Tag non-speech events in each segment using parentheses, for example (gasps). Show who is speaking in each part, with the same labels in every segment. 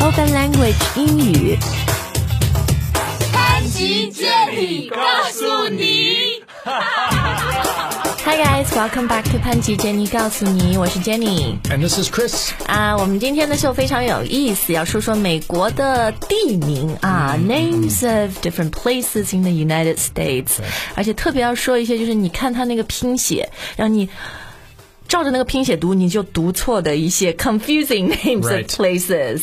Speaker 1: Modern Language 英语。
Speaker 2: 潘吉接力告诉你，
Speaker 1: (laughs) Hi guys, welcome back to 潘吉 Jenny 告诉你，我是 Jenny。
Speaker 3: And this is Chris.
Speaker 1: 啊，我们今天的秀非常有意思，要说说美国的地名啊、n a m e s of different places in the United States，而且特别要说一些，就是你看它那个拼写，让你。照着那个拼写读，你就读错的一些 confusing names of
Speaker 3: Right.
Speaker 1: places。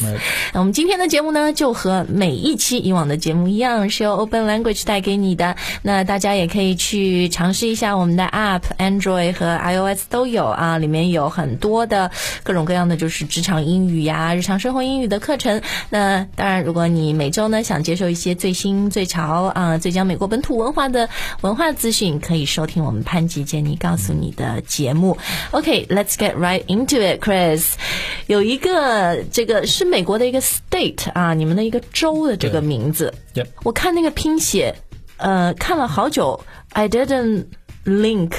Speaker 1: 那我们今天的节目呢，就和每一期以往的节目一样，是由 Open Language 带给你的。那大家也可以去尝试一下我们的 App Android 和 iOS 都有啊，里面有很多的各种各样的就是职场英语呀、日常生活英语的课程。那当然，如果你每周呢想接受一些最新、最潮啊、最将美国本土文化的文化资讯，可以收听我们潘吉杰尼告诉你的节目。OK，let's、get right into it，Chris。有一个这个是美国的一个 state 啊，你们的一个州的这个
Speaker 3: 对
Speaker 1: 名字。
Speaker 3: Yep.
Speaker 1: 我看那个拼写，呃，看了好久，I didn't link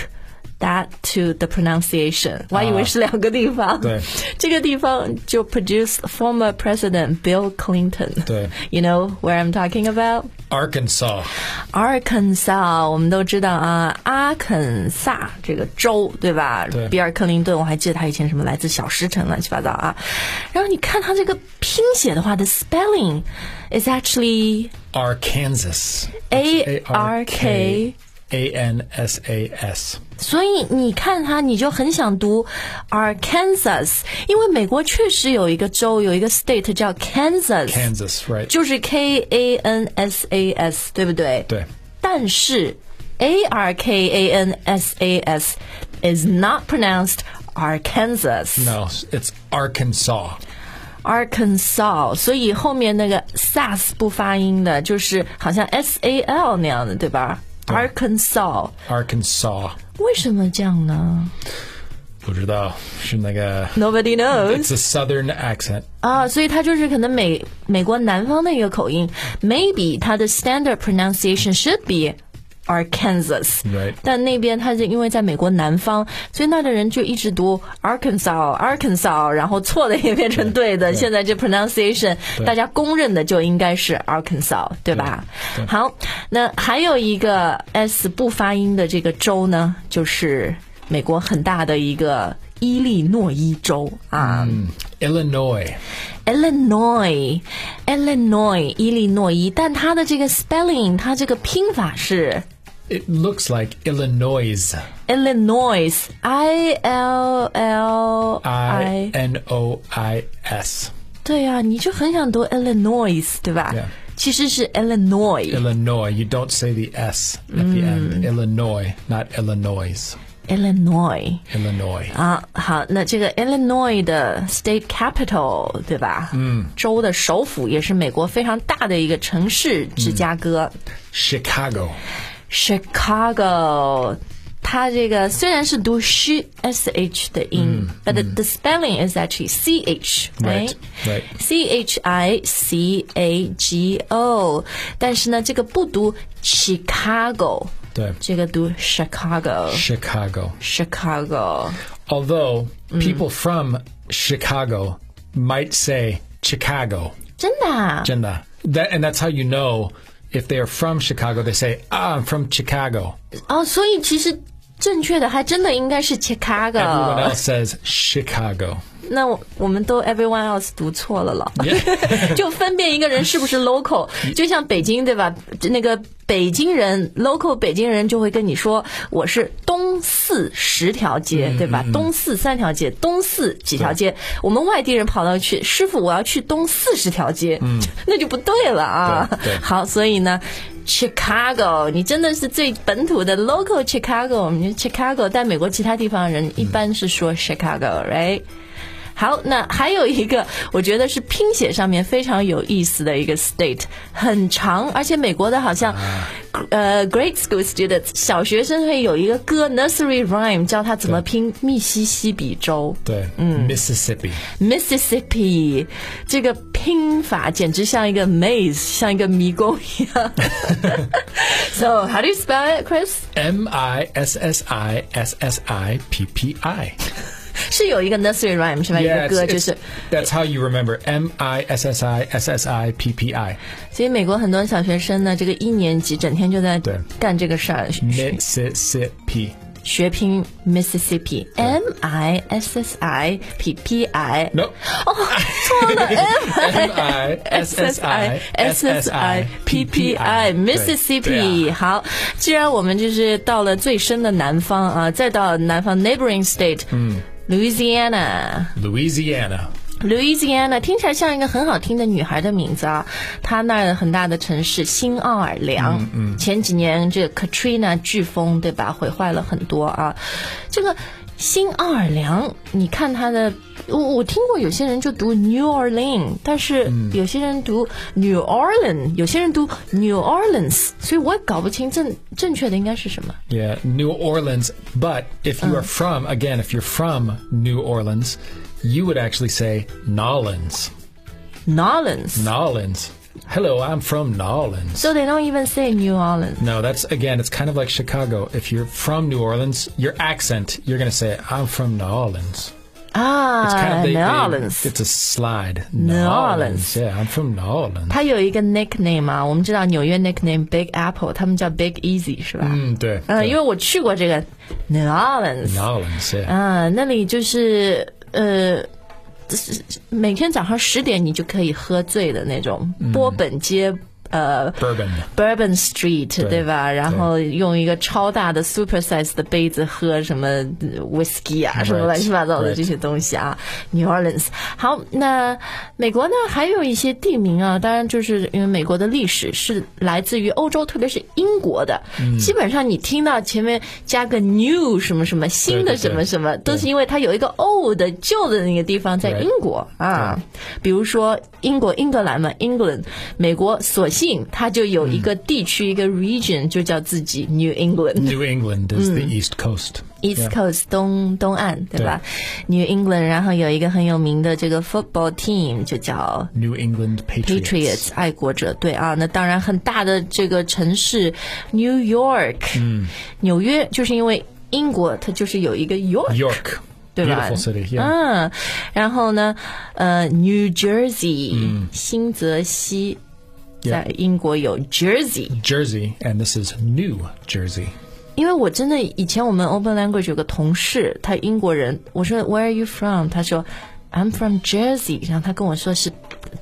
Speaker 1: that to the pronunciation，我还以为是两个地方。
Speaker 3: 啊对，
Speaker 1: (laughs) 这个地方就 produce former President Bill Clinton。
Speaker 3: 对
Speaker 1: ，You know where I'm talking about？
Speaker 3: Arkansas.
Speaker 1: Arkansas，我们都知道啊，阿肯萨这个州，对吧？
Speaker 3: 对
Speaker 1: 比尔·克林顿，我还记得他以前什么来自小石城，乱七八糟啊。然后你看他这个拼写的话，the spelling is actually
Speaker 3: Arkansas.
Speaker 1: A R K，
Speaker 3: A N S A S.
Speaker 1: 所以你看它，你就很想读 Arkansas，因为美国确实有一个州，有一个 state 叫 Kansas，
Speaker 3: Kansas, right?
Speaker 1: 就是 K A N S A S，对不对？
Speaker 3: 对。
Speaker 1: 但是 A R K A N S A S is not pronounced Arkansas。
Speaker 3: No, it's Arkansas.
Speaker 1: Arkansas，所以后面那个 sas 不发音的，就是好像 s a l 那样的，对吧？Arkansas，
Speaker 3: Arkansas.
Speaker 1: 为什么这样呢
Speaker 3: 不知道是那个
Speaker 1: ？Nobody knows
Speaker 3: It's a southern accent.
Speaker 1: 啊，所以它就是可能美美国南方的一个口音。Maybe 它的 standard pronunciation should be Arkansas，、
Speaker 3: Right
Speaker 1: 但那边它是因为在美国南方，所以那的人就一直读 Arkansas Arkansas，然后错的也变成对的。
Speaker 3: 对
Speaker 1: 现在这 pronunciation
Speaker 3: 对
Speaker 1: 大家公认的就应该是 Arkansas，对吧？
Speaker 3: 对对
Speaker 1: 好，那还有一个 s 不发音的这个州呢，就是美国很大的一个伊利诺伊州啊。
Speaker 3: 嗯 Illinois.
Speaker 1: Illinois，Illinois，伊利诺伊，但它的这个 spelling，它这个拼法是
Speaker 3: It looks like Illinois.
Speaker 1: Illinois，I L L I，
Speaker 3: I N O I S.
Speaker 1: 对呀、你就很想读 Illinois，对吧
Speaker 3: Yeah
Speaker 1: 其实是 Illinois，Illinois
Speaker 3: Illinois. You don't say the S at the end. Illinois, not Illinois. Illinois.
Speaker 1: 啊，好，那这个 Illinois 的 state capital 对吧？嗯，州的首府也是美国非常大的一个城市，芝加哥。
Speaker 3: Chicago.
Speaker 1: Chicago，它这个虽然是读 sh s h 的音、b u t the, the spelling is actually c h
Speaker 3: 嗯 Right, right.
Speaker 1: c h i c a g o，但是呢，这个不读 Chicago，
Speaker 3: 对
Speaker 1: 这个读 Chicago。
Speaker 3: Chicago.
Speaker 1: Chicago，
Speaker 3: Although people from Chicago might say Chicago.
Speaker 1: 真的、啊、
Speaker 3: Jinda. That, and that's how you know if they are from Chicago, they say, ah, I'm from Chicago.
Speaker 1: 哦，所以其实正确的还真的应该是
Speaker 3: Everyone
Speaker 1: Chicago。
Speaker 3: else says Chicago.
Speaker 1: 那我我们都 everyone else 读错了了。 (laughs) 就分辨一个人是不是 local，就像北京对吧？那个北京人 local 北京人就会跟你说我是东四十条街、
Speaker 3: 嗯
Speaker 1: 对吧？东四三条街，东四几条街。我们外地人跑到去，师傅我要去东四十条街， (laughs) 那就不对了啊
Speaker 3: 嗯对对。
Speaker 1: 好，所以呢。Chicago，你真的是最本土的 local Chicago，我们就 Chicago，但美国其他地方人一般是说 Chicago，right？、好，那还有一个，我觉得是拼写上面非常有意思的一个 state，很长，而且美国的好像，呃，grade school students 小学生会有一个歌 nursery rhyme 教他怎么拼密西西比州
Speaker 3: The Mississippi.
Speaker 1: Mississippi，这个拼法简直像一个 maze，像一个迷宫一样。so how do you spell it, Chris？
Speaker 3: M I S S I S S I P P I.
Speaker 1: 是有一个 nursery rhyme 是吧？一
Speaker 3: Yeah,
Speaker 1: 个
Speaker 3: it's-
Speaker 1: 歌
Speaker 3: it's-
Speaker 1: 就是，
Speaker 3: that's how you remember M I S S I S S I P P I
Speaker 1: 所以美国很多小学生呢，这个一年级整天就在
Speaker 3: 对
Speaker 1: 干这个事儿，学
Speaker 3: Mississippi.
Speaker 1: 学拼 Mississippi M I S S I P P I。 (laughs)
Speaker 3: Nope.
Speaker 1: 哦，错了 Oh, M
Speaker 3: M I S S I
Speaker 1: S S I P P I 啊 Mississippi。好，既然我们就是到了最深的南方啊，再到南方 neighboring state，嗯，Louisiana。
Speaker 3: Louisiana.
Speaker 1: Louisiana 啊听起来像一个很好听的女孩的名字啊，她那儿的很大的城市新奥尔良，嗯前几年这 Katrina 飓风对吧，毁坏了很多啊。这个新奥尔良，你看它的，我我听过有些人就读 New Orleans，但是
Speaker 3: 嗯
Speaker 1: 有些人读 New Orleans，有些人读 New Orleans，所以我也搞不清正正确的应该是什么。
Speaker 3: Yeah, New Orleans. But if you
Speaker 1: Oh.
Speaker 3: are from, again, if you're from New Orleans, you would actually say Nolans.
Speaker 1: Nolans，so
Speaker 3: Nolans. Hello, I'm from Nolans.
Speaker 1: they don't even say New Orleans。
Speaker 3: No, that's again, it's kind of like Chicago. If you're from New Orleans, your accent, you're going to say, I'm from New Orleans.
Speaker 1: 啊
Speaker 3: It's kind of they-
Speaker 1: ，New
Speaker 3: they-
Speaker 1: Orleans，
Speaker 3: It's a slide.
Speaker 1: New Orleans.
Speaker 3: Yeah, I'm from New Orleans.
Speaker 1: 它有一个 nickname 啊，我们知道纽约 nickname Big Apple，他们叫 Big Easy 是吧？
Speaker 3: 嗯，对
Speaker 1: 嗯，
Speaker 3: 对
Speaker 1: 因为我去过这个 New
Speaker 3: Mm, New
Speaker 1: Orleans，
Speaker 3: Orleans, yeah.
Speaker 1: 啊，那里就是呃。这是每天早上十点你就可以喝醉的那种，
Speaker 3: 嗯
Speaker 1: 波本街，呃
Speaker 3: Bourbon.
Speaker 1: ，Bourbon Street，对
Speaker 3: 对
Speaker 1: 吧？然后用一个超大的 super size 的杯子喝什么呃 whisky 啊，什么
Speaker 3: Right，
Speaker 1: 乱七八糟的
Speaker 3: right
Speaker 1: 这些东西啊。New Orleans，好，那美国呢还有一些地名啊，当然就是因为美国的历史是来自于欧洲，特别是英国的。
Speaker 3: 嗯
Speaker 1: 基本上你听到前面加个 new 什么什么新的
Speaker 3: 对对对
Speaker 1: 什么什么，都是因为它有一个 old 旧的那个地方在
Speaker 3: Right
Speaker 1: 英国啊。比如说英国英格兰嘛，England，美国索性它就有一个地区、一个 region 就叫自己 New England。
Speaker 3: New England is the East Coast.
Speaker 1: East Coast 东东岸对
Speaker 3: 对
Speaker 1: 吧？New England，然后有一个很有名的这个 football team 就叫
Speaker 3: New England Patriots.
Speaker 1: Patriots 爱国者队啊，那当然很大的这个城市 New York，嗯，纽约就是因为英国它就是有一个 York，,
Speaker 3: York.
Speaker 1: 对吧
Speaker 3: Beautiful city, yeah.
Speaker 1: 嗯，然后呢，呃，New Jersey，、新泽西。
Speaker 3: Yeah
Speaker 1: 在英国有 Jersey，
Speaker 3: Jersey, and this is New (laughs) Jersey.
Speaker 1: 因为我真的以前我们 Open Language 有个同事，他英国人，我说 Where are you from？他说 I'm from Jersey，然后他跟我说是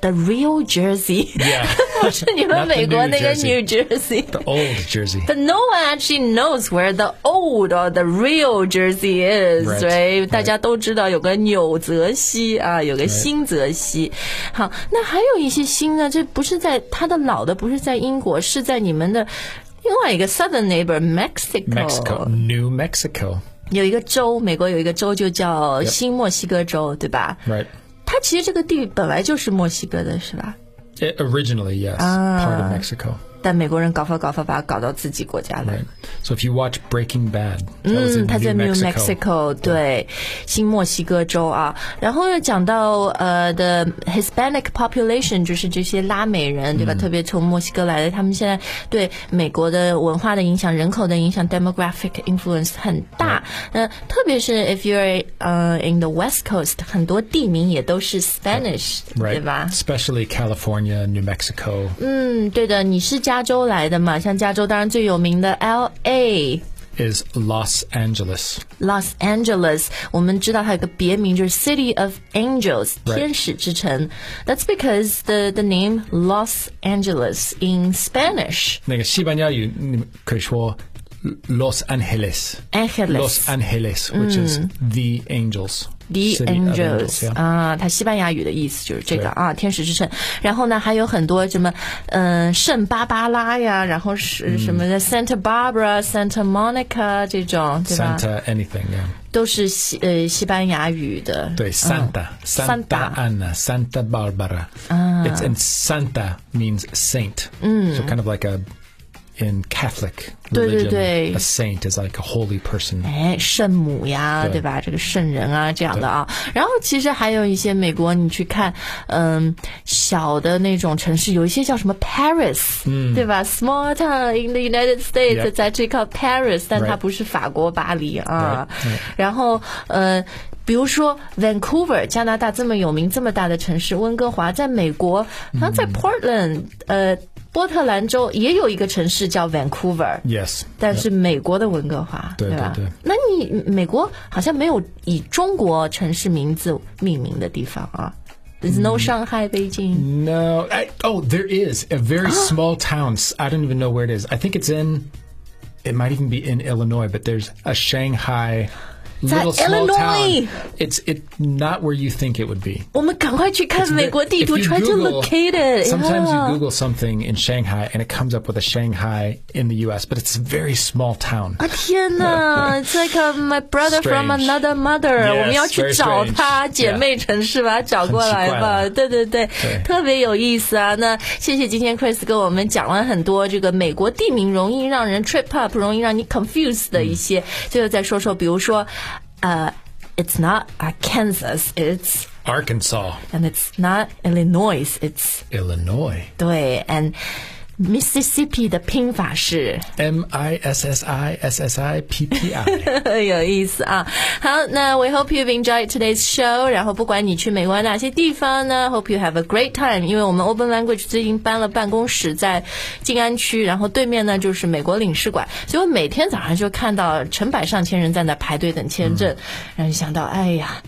Speaker 1: The real Jersey， (laughs)
Speaker 3: Yeah.
Speaker 1: 不是你们
Speaker 3: Not the
Speaker 1: 美国
Speaker 3: New
Speaker 1: 那个 New Jersey。
Speaker 3: Jersey. The old Jersey.
Speaker 1: But no one actually knows where the old or the real Jersey is,
Speaker 3: Right,
Speaker 1: right?
Speaker 3: right.
Speaker 1: 大家都知道有个纽泽西啊，有个新泽西。好，那还有一些新呢，这不是在它的老的，不是在英国，是在你们的另外一个 southern neighbor Mexico。
Speaker 3: Mexico. New Mexico.
Speaker 1: 有一个州，美国有一个州就叫新墨西哥州，对吧？
Speaker 3: Right.
Speaker 1: 它其实这个地本来就是墨西哥的，是吧？
Speaker 3: It, Eh, originally, yes. Part of Mexico.
Speaker 1: 但美国人搞法搞法，把它搞到自己国家来
Speaker 3: Right. So if you watch Breaking Bad, that was
Speaker 1: 嗯，
Speaker 3: in
Speaker 1: 他在
Speaker 3: Mm, New
Speaker 1: New
Speaker 3: Mexico.
Speaker 1: Mexico，对，新墨西哥州啊。然后又讲到呃的 Hispanic population，就是这些拉美人，
Speaker 3: 嗯
Speaker 1: 对吧？特别从墨西哥来的，他们现在对美国的文化的影响、人口的影响 （demographic influence） 很大。嗯、特别是 if you're 呃、in the West Coast，很多地名也都是 Spanish，、对
Speaker 3: Right.
Speaker 1: 吧？
Speaker 3: Especially California, New Mexico,
Speaker 1: 嗯，对的，你是加州来的嘛？像加州，当然最有名的 L A。
Speaker 3: is Los Angeles.
Speaker 1: Los Angeles，我们知道它有个别名就是 City of Angels，
Speaker 3: Right.
Speaker 1: 天使之城。That's because the the name Los Angeles in Spanish
Speaker 3: 那个西班牙语，你们可以说 Los Angeles.
Speaker 1: Angeles Mm.
Speaker 3: Los Angeles, which is the angels.
Speaker 1: The
Speaker 3: City of
Speaker 1: Angels Ah,
Speaker 3: yeah.
Speaker 1: 啊，它西班牙语的意思就是这个啊，天使之城。然后呢，还有很多什么，嗯，圣巴巴拉呀，然后是
Speaker 3: 嗯
Speaker 1: 什么的 Santa Barbara、Santa Monica 这种，对吧？
Speaker 3: Santa anything, yeah.
Speaker 1: 都是西呃西班牙语的。
Speaker 3: 对，Santa、Santa,
Speaker 1: Ah. Santa Ah.
Speaker 3: Ana Santa Barbara、It's in Santa means saint，so
Speaker 1: Mm.
Speaker 3: kind of like a in Catholic
Speaker 1: 对对
Speaker 3: religion,
Speaker 1: 对
Speaker 3: a saint is like a holy person.
Speaker 1: 哎，圣母呀，对
Speaker 3: 嗯对
Speaker 1: 吧？这个圣人啊，这样的啊。然后其实还有一些美国，你去看，嗯，小的那种城市，有一些叫什么 Paris，嗯，对吧？Small town in the United States，、
Speaker 3: Yep.
Speaker 1: 在最靠 Paris，但它
Speaker 3: Right.
Speaker 1: 不是法国巴黎啊。
Speaker 3: Right, right.
Speaker 1: 然后呃，比如说 Vancouver，加拿大这么有名、这么大的城市，温哥华在美国，好像在 Portland，、呃，波特兰州也有一个城市叫 Vancouver，
Speaker 3: Yes.
Speaker 1: 但是美国的温哥华，
Speaker 3: 对
Speaker 1: 吧？
Speaker 3: 对对
Speaker 1: 那你美国好像没有以中国城市名字命名的地方啊？There's no
Speaker 3: 嗯
Speaker 1: 上海、北京。
Speaker 3: No. I, oh, there is a
Speaker 1: (gasps)
Speaker 3: very small town. s- I don't even know where it is. I think it's in. It might even be in Illinois, but there's a Shanghai little small
Speaker 1: Illinois.
Speaker 3: town. It's it not where you think it would be.
Speaker 1: 我们赶快去看
Speaker 3: It's
Speaker 1: 美
Speaker 3: ve-
Speaker 1: 国地
Speaker 3: 哎 if
Speaker 1: 图
Speaker 3: you
Speaker 1: ，try to
Speaker 3: Google-
Speaker 1: locate it。
Speaker 3: Sometimes
Speaker 1: yeah
Speaker 3: you Google something in Shanghai and it comes up with a Shanghai in the U.S., but it's a very small town.
Speaker 1: 啊天呐
Speaker 3: (laughs)
Speaker 1: ，It's like a, my brother from
Speaker 3: Strange.
Speaker 1: another mother，、
Speaker 3: Yes,
Speaker 1: 我们要去找
Speaker 3: very
Speaker 1: 他
Speaker 3: strange.
Speaker 1: 姐妹城市把他找过来
Speaker 3: 很奇
Speaker 1: 吧
Speaker 3: 怪。了
Speaker 1: 对对对，
Speaker 3: 对
Speaker 1: 特别有意思啊！那谢谢今天 Chris 跟我们讲了很多这个美国地名容易让人 trip up，容易让你 confuse 的一些。最后再说说，比如说，呃、i t s not uh, Kansas，it's
Speaker 3: Arkansas,
Speaker 1: and it's not Illinois，it's
Speaker 3: Illinois.
Speaker 1: 对，and Mississippi 的拼法是。
Speaker 3: M I S S I S S I P
Speaker 1: (laughs)
Speaker 3: P I.
Speaker 1: 有意思啊！好，那 We hope you've enjoyed today's show。然后不管你去美国哪些地方呢，Hope you have a great time。因为我们 Open Language 最近搬了办公室在静安区，然后对面呢就是美国领事馆，所以我每天早上就看到成百上千人在那排队等签证，然后就想到，哎呀，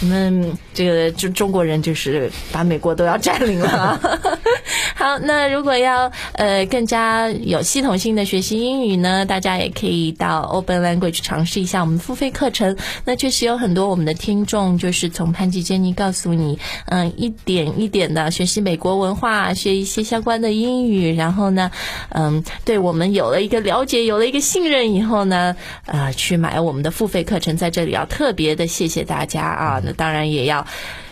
Speaker 1: 你们这个中中国人就是把美国都要占领了啊。 (laughs) 好，那如果要呃更加有系统性的学习英语呢，大家也可以到 Open Language 尝试一下我们付费课程。那确实有很多我们的听众就是从潘吉珍妮告诉你，嗯，一点一点的学习美国文化，学一些相关的英语，然后呢，嗯，对我们有了一个了解，有了一个信任以后呢，呃，去买我们的付费课程，在这里要特别的谢谢大家啊。那当然也要。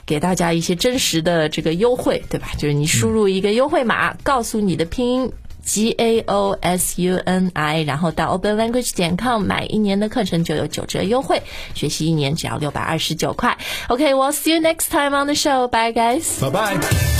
Speaker 1: 给大家一些真实的这个优惠，对吧？就是你输入一个优惠码，告诉你的拼音 G A O S U N I，然后到 openlanguage 点 com 买一年的课程就有九折优惠，学习一年只要六百二十九块。OK，we'll、see you next time on the show. Bye guys.
Speaker 3: Bye bye.